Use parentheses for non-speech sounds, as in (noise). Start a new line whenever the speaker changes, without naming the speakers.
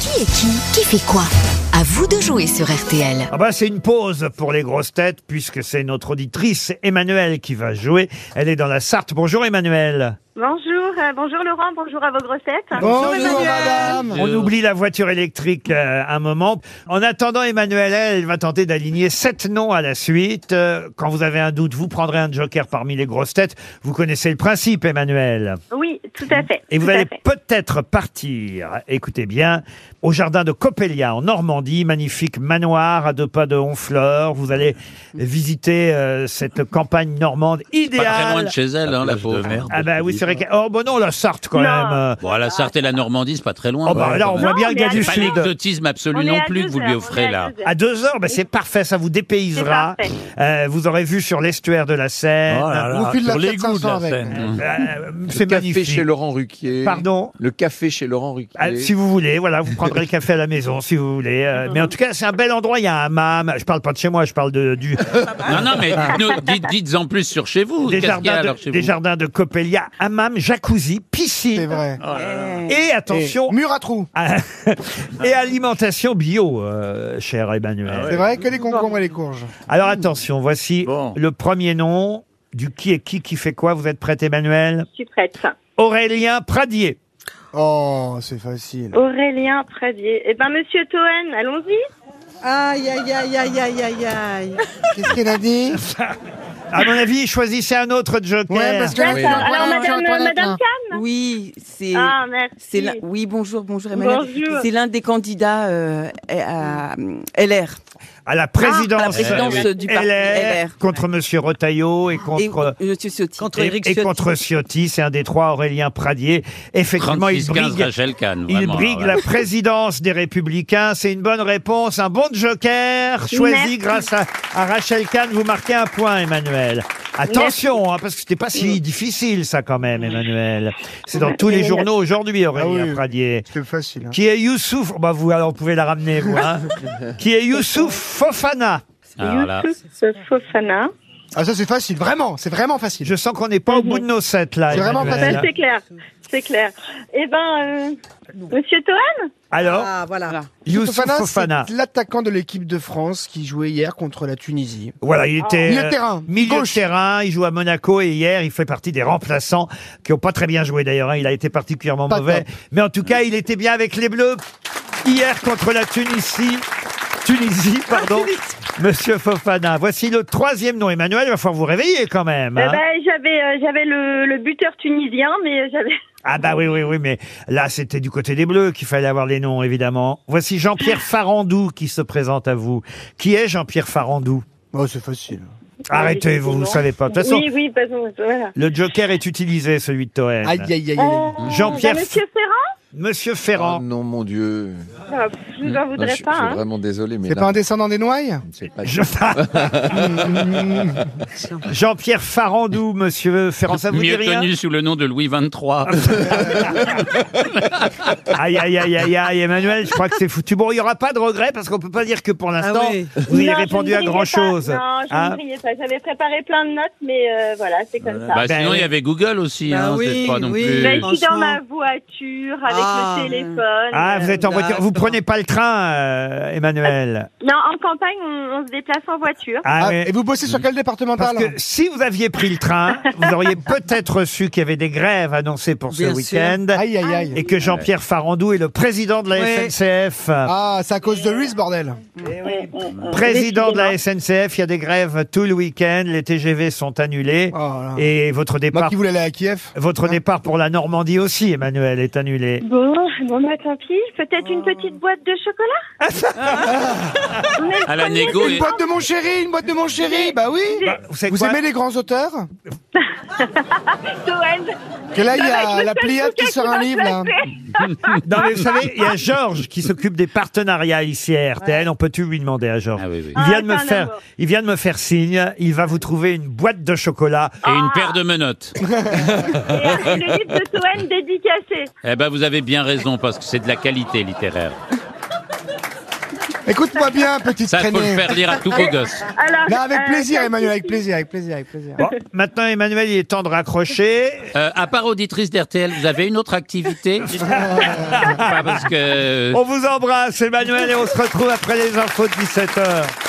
Qui est qui Qui fait quoi À vous de jouer sur RTL.
Ah bah c'est une pause pour les grosses têtes puisque c'est notre auditrice Emmanuelle qui va jouer. Elle est dans la Sarthe. Bonjour Emmanuelle.
Bonjour, euh, bonjour Laurent, bonjour à vos grossettes.
madame
On oublie la voiture électrique euh, un moment. En attendant Emmanuelle, elle va tenter d'aligner sept noms à la suite. Euh, quand vous avez un doute, vous prendrez un joker parmi les grosses têtes. Vous connaissez le principe Emmanuelle.
Oui, tout à fait.
Et vous
tout à
allez
fait.
peut-être partir, écoutez bien, au jardin de Coppelia en Normandie, magnifique manoir à deux pas de Honfleur. Vous allez visiter euh, cette campagne normande
Pas très loin
idéale.
de chez elle, hein, la
plage de
pauvre.
merde.
Ah bah oui, c'est vrai. que- Oh bon non, la Sarthe quand
Non.
même.
Bon, à la Sarthe et la Normandie, c'est pas très loin.
Oh bah
Ouais,
là, on
quand
voit
Non,
bien qu'il y a du
mais à
même. Pas
sud.
l'exotisme absolu
On est
non
à
plus que
deux
vous lui
heures, on
offrez
est
là.
deux heures.
À deux heures, bah c'est parfait, ça vous dépaysera.
C'est parfait.
Euh, vous aurez vu sur l'estuaire de la Seine.
Oh là là,
Vous file la
sur les
700
goûts de la
avec.
scène.
Euh,
Le
c'est
café
magnifique.
chez Laurent Ruquier.
Pardon
Le café chez Laurent Ruquier.
Ah, si vous voulez, voilà, vous prendrez le café à la maison si vous voulez.
(laughs)
Euh, mais en tout cas, c'est un bel endroit. Il y a un hammam. Je parle pas de chez moi, je parle de,
(laughs)
du,
Non, non, mais dites-nous- dites, dites en plus sur chez vous.
des,
Qu'est-ce qu'il y
jardins
a
de,
alors chez
des
vous
jardins de Coppelia. Hammam, jacuzzi,
C'est
piscine.
vrai.
Ah, Et attention.
(laughs) Et Mur à trous.
à- (laughs) et alimentation bio, euh, cher Emmanuel.
Ah ouais.
C'est vrai que les concombres et les courges.
Alors attention, voici
Bon.
le premier nom du qui est qui qui fait quoi. Vous êtes prête, Emmanuel
Je suis prête.
Aurélien Pradier.
Oh, c'est facile.
Aurélien Pradier. Eh ben, monsieur Toen, allons-y.
Aïe, aïe, aïe, aïe, aïe, aïe, aïe.
(laughs) Qu'est-ce qu'elle a dit
À mon avis, choisissez un autre joker.
Ouais, parce que
D'accord. Alors,
Antoinette,
madame,
Antoinette,
madame Cam
Oui, c'est.
Ah, merci.
C'est l'un- oui, bonjour, bonjour Emmanuel.
Bonjour.
C'est l'un des candidats euh, à euh, LR.
à la présidence,
Ah, à la présidence du parti
LR,
LR.
contre Monsieur Retailleau et contre
et, euh, Monsieur Ciotti.
et- et contre Ciotti, c'est un des trois Aurélien Pradier. Effectivement, il
36 15
brigue,
Rachel Kahn.
il
vraiment,
brigue
alors là.
la présidence des Républicains. C'est une bonne réponse, un bon joker choisi
Merci.
grâce à, à Rachel Kahn. Vous marquez un point, Emmanuel. Attention, hein, parce que c'était pas si difficile ça quand même, Emmanuel. C'est dans tous les journaux aujourd'hui, Aurélien
Ah oui.
Pradier.
C'était facile. hein.
Qui est Youssouf Bah vous, alors vous pouvez la ramener, vous.
(laughs)
hein. qui est Youssouf Fofana
Alors là.
Youssouf Fofana.
Ah, ça, c'est facile. Vraiment, c'est vraiment facile.
Je sens qu'on n'est pas au bout de nos sept là.
C'est vraiment
Emmanuel.
Ben, c'est clair. C'est clair. Eh ben, euh, monsieur Toen
Alors,
Ah, voilà.
Youssouf Fofana,
c'est l'attaquant de l'équipe de France qui jouait hier contre la Tunisie.
voilà, il était
Milieu de
euh,
terrain,
milieu de
gauche.
terrain, il joue à Monaco et hier, il fait partie des remplaçants qui ont pas très bien joué d'ailleurs, hein. il a été particulièrement
Pas
mauvais,
top.
mais en tout cas, il était bien avec les Bleus hier contre la Tunisie. Tunisie, pardon. Monsieur Fofana, voici le troisième nom. Emmanuel, il va falloir vous réveiller quand même.
Eh
hein.
ben, j'avais, euh, j'avais le, le buteur tunisien, mais j'avais.
Ah bah oui, oui, oui, mais là, c'était du côté des Bleus qu'il fallait avoir les noms, évidemment. Voici Jean-Pierre Farandou qui se présente à vous. Qui est Jean-Pierre Farandou
Oh, c'est facile.
Arrêtez, vous ne savez pas. De toute façon,
Oui, oui, parce que- voilà.
le joker est utilisé, celui de Toen.
Aïe, aïe, aïe, aïe, aïe.
Euh,
Jean-Pierre-
ben, monsieur Ferrand
Monsieur
Oh
Ferrand.
non, mon Dieu.
Ah, pff, Je vous en
Non, je,
voudrais
suis-
pas.
je suis
hein.
vraiment désolé, mais
C'est
là,
pas un descendant des Noailles
c'est pas-
Je- (laughs) Jean-Pierre Farandou, monsieur Ferrand, ça vous dit
Mieux
rien
connu sous le nom de
(laughs)
Louis XXIII.
Aïe, aïe, aïe, aïe, aïe, Emmanuel, je crois que c'est foutu. Bon, il n'y aura pas de regret parce qu'on peut pas dire que pour l'instant,
oui.
vous ayez
Ah Non, je
répondu
ne
à
brillais
grand chose.
pas. Non, je
Hein
ne brillais pas. J'avais préparé plein de notes, mais euh, voilà, c'est comme ça.
Bah,
Ben
sinon,
oui.
il y avait Google aussi.
Bah
hein,
oui,
c'est pas non
oui.
Bah,
plus.
Ben,
je suis
franchement.
dans ma voiture avec
Ah,
le
mais-
téléphone.
ah, vous êtes en voiture. Vous
D'accord.
prenez pas le train, euh, Emmanuel.
Non, en campagne, on, on se déplace en voiture.
Ah,
Ah,
ouais.
Et vous bossez sur quel départemental
Parce que si vous aviez pris le train, vous auriez peut-être su qu'il y avait des grèves annoncées pour ce
Bien sûr.
week-end
Aïe, aïe, aïe.
et que Jean-Pierre Farandou est le président de la
Ouais.
SNCF.
Ah, c'est à cause de lui, ce bordel.
Président de la SNCF, il y a des grèves tout le week-end, les TGV sont annulés
Oh, là.
et votre
Moi
départ,
qui voulais aller à Kiev.
votre départ pour la Normandie aussi, Emmanuel, est annulé.
Bon, bon, bah tant pis. Peut-être une petite boîte de chocolat On est le
À la
premier
négo
de-
Une boîte de mon chéri, une boîte de mon chéri, bah oui.
Bah, vous savez
Vous
quoi
aimez les grands auteurs
Toen.
Que là, il y
Ça va
a
être
la
le seul
Pléiade qui
bouquin
sort
qui
un
va
livre, là.
placer.
Non mais vous savez, il y a Georges qui s'occupe des partenariats ici à RTL. On peut tu lui demander à Georges.
Ah oui, oui.
Il vient de
Ah,
me
c'est un
faire,
amour.
il vient de me faire signe. Il va vous trouver une boîte de chocolat.
Et une paire de menottes.
Et avec le livre de Toen dédicacé.
Eh ben, vous avez bien raison parce que c'est de la qualité littéraire.
Écoute-moi bien, petite
Ça, faut le
traînée.
faire lire à tous vos gosses.
Alors,
Non, avec
euh,
plaisir,
Sophie,
Emmanuel, avec plaisir, avec plaisir, avec plaisir.
Bon, maintenant, Emmanuel, il est temps de raccrocher.
Euh, à part auditrice d'RTL, vous avez une autre activité Pas parce que... euh, Ah.
On vous embrasse, Emmanuel, et on se retrouve après les infos de 17h.